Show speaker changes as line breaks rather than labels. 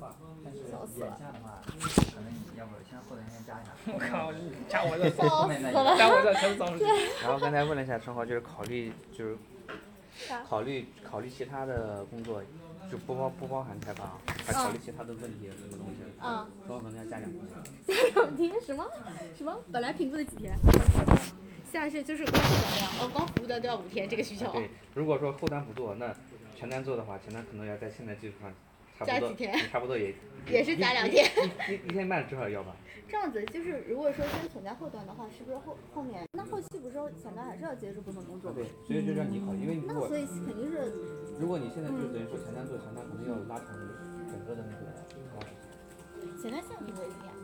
愁嗯死
眼
了，，
下的话，可能你要不先后台先加一下，
我靠，你加我 的
笑
面
死
那一
了。
加我的全脏。
然后刚才问了一下陈豪，就是考虑就是
啥
考虑考虑其他的工作，就不包不包含开发啊，还考虑其他的问题啊什么东西。
嗯，
说可能要加两个。
家长题什么什么？本来评估的几天？下是就是光辅导要哦，光辅导都要五天这个需求，
啊对，如果说后端不做，那全端做的话，全端可能要在现在基础上差
加几
不多
天，
差不多也
也是加两天。
一一天半至少要吧。
这样子就是，如果说先存在后端的话，是不是后后面那后期不是前端还是要接触部分工作？
啊对，所以就让你考虑，因为如
那
果
所以肯定是
如果你现在就等于说前端做前端，可能要拉长整个的那个。
前端项目多一点。